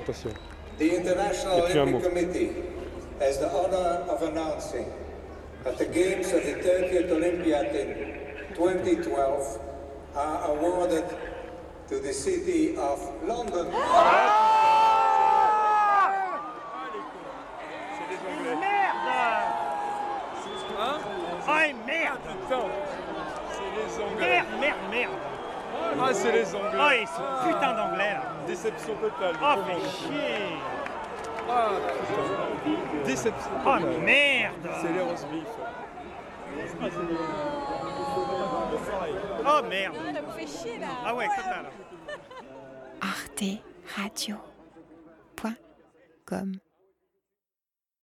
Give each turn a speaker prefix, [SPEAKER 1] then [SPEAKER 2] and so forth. [SPEAKER 1] attention.
[SPEAKER 2] The International
[SPEAKER 1] Il y a plus un mot.
[SPEAKER 2] Olympic Committee has the honor of announcing that the Games of the 30th Olympiad in 2012 are awarded to the city of London.
[SPEAKER 3] Ah, Ah, Merde
[SPEAKER 4] Hein
[SPEAKER 3] Ouais, merde
[SPEAKER 4] Putain C'est les Anglais.
[SPEAKER 3] Merde, merde, merde
[SPEAKER 4] Ah, c'est les
[SPEAKER 3] Oh,
[SPEAKER 4] Anglais.
[SPEAKER 3] ils sont putain d'anglais, là
[SPEAKER 4] Déception totale.
[SPEAKER 3] Oh,
[SPEAKER 4] Comment
[SPEAKER 3] fais chier
[SPEAKER 4] Ah, putain. Déception
[SPEAKER 3] Oh,
[SPEAKER 4] totale.
[SPEAKER 3] merde
[SPEAKER 4] C'est les roast beef.
[SPEAKER 3] Oh, merde
[SPEAKER 5] Ah, elle vous fait chier là.
[SPEAKER 3] Ah ouais, total
[SPEAKER 6] arteradio.com